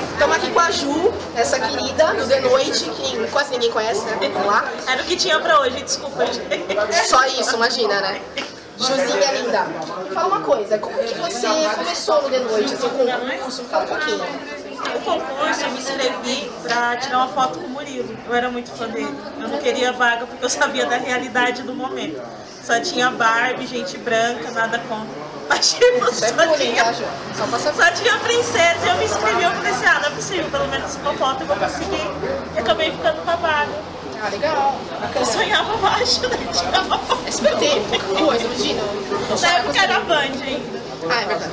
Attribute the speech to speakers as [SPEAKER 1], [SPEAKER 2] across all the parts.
[SPEAKER 1] a Ju, essa querida do The Noite, que quase ninguém conhece, né? Vamos lá.
[SPEAKER 2] Era o que tinha pra hoje, desculpa, gente.
[SPEAKER 1] Só isso, imagina, né? Juzinha linda. Fala uma coisa, como que você começou no The Noite, assim, com o concurso? Fala um pouquinho.
[SPEAKER 2] O concurso eu me inscrevi pra tirar uma foto com o Murilo. Eu era muito fã dele. Eu não queria vaga porque eu sabia da realidade do momento. Só tinha Barbie, gente branca, nada contra. Mas tipo,
[SPEAKER 1] Isso é
[SPEAKER 2] só
[SPEAKER 1] bullying, tá,
[SPEAKER 2] tinha
[SPEAKER 1] Ju? Só pra saber.
[SPEAKER 2] Só tinha princesa e eu me inscrevi, eu falei assim, ah, não é possível, pelo menos uma foto eu vou conseguir. E acabei ficando com a vaga.
[SPEAKER 1] Ah, legal.
[SPEAKER 2] Eu
[SPEAKER 1] Bacana.
[SPEAKER 2] sonhava baixo, né? Tirava foto.
[SPEAKER 1] SBT, pouca coisa, imagina.
[SPEAKER 2] Na época
[SPEAKER 1] é
[SPEAKER 2] era Band ainda.
[SPEAKER 1] Ah, é verdade.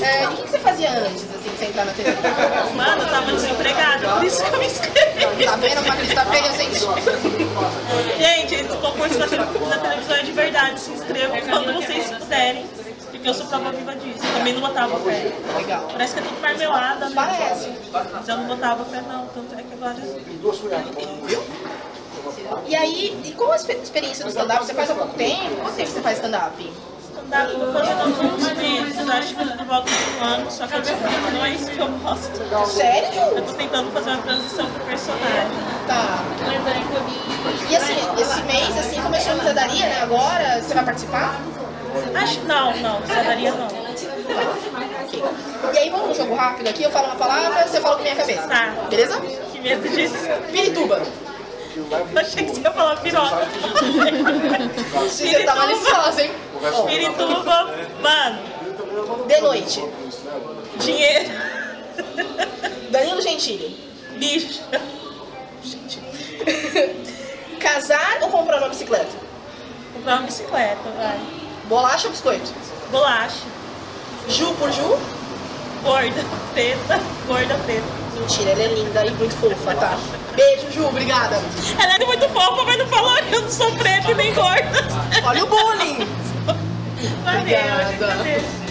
[SPEAKER 1] É, e o que que você fazia antes, assim, de você entrar na TV? Tá
[SPEAKER 2] Mano, eu tava desempregada, por isso que eu me inscrevi.
[SPEAKER 1] vendo? Uma crise tá feia, gente.
[SPEAKER 2] Gente, esse concurso da, da televisão é de verdade. Se inscrevam quando vocês puderem. Porque eu sou prova viva disso. Eu também não botava fé.
[SPEAKER 1] Legal.
[SPEAKER 2] Parece que é tudo marmelada, né?
[SPEAKER 1] Parece.
[SPEAKER 2] Mas eu não botava fé, não. Tanto é que agora.
[SPEAKER 1] E aí, e qual a exper- experiência do stand-up? Você faz há pouco tempo? Quanto tempo você faz stand-up?
[SPEAKER 2] Stand-up eu tô fazendo há uns meses, acho que por volta de um ano. Só que eu descobri que não é isso que eu gosto. Eu
[SPEAKER 1] Sério?
[SPEAKER 2] tô tentando fazer uma transição pro personagem.
[SPEAKER 1] Tá. E assim, esse mês, assim, começou a misadaria, né? Agora, você vai participar?
[SPEAKER 2] Acho não, não, sadaria não.
[SPEAKER 1] Ok. E aí, vamos um jogo rápido aqui. Eu falo uma palavra, você fala com minha cabeça.
[SPEAKER 2] Tá.
[SPEAKER 1] Beleza?
[SPEAKER 2] Que medo disso.
[SPEAKER 1] Pirituba.
[SPEAKER 2] Eu achei que você ia falar piroca.
[SPEAKER 1] Você tá maliciosa, hein?
[SPEAKER 2] Pirituba, mano,
[SPEAKER 1] De noite.
[SPEAKER 2] dinheiro,
[SPEAKER 1] Danilo Gentili.
[SPEAKER 2] bicho.
[SPEAKER 1] Casar ou comprar uma bicicleta?
[SPEAKER 2] Comprar uma bicicleta, vai.
[SPEAKER 1] Bolacha ou biscoito?
[SPEAKER 2] Bolacha,
[SPEAKER 1] Ju por Ju?
[SPEAKER 2] gorda, preta, gorda, preta.
[SPEAKER 1] Mentira, ela é linda e muito fofa, tá? Beijo, Ju, obrigada.
[SPEAKER 2] Ela é muito fofa, mas não falou que eu não sou preta e nem gorda.
[SPEAKER 1] Olha o bullying!
[SPEAKER 2] Valeu,
[SPEAKER 1] Obrigada.
[SPEAKER 2] valeu.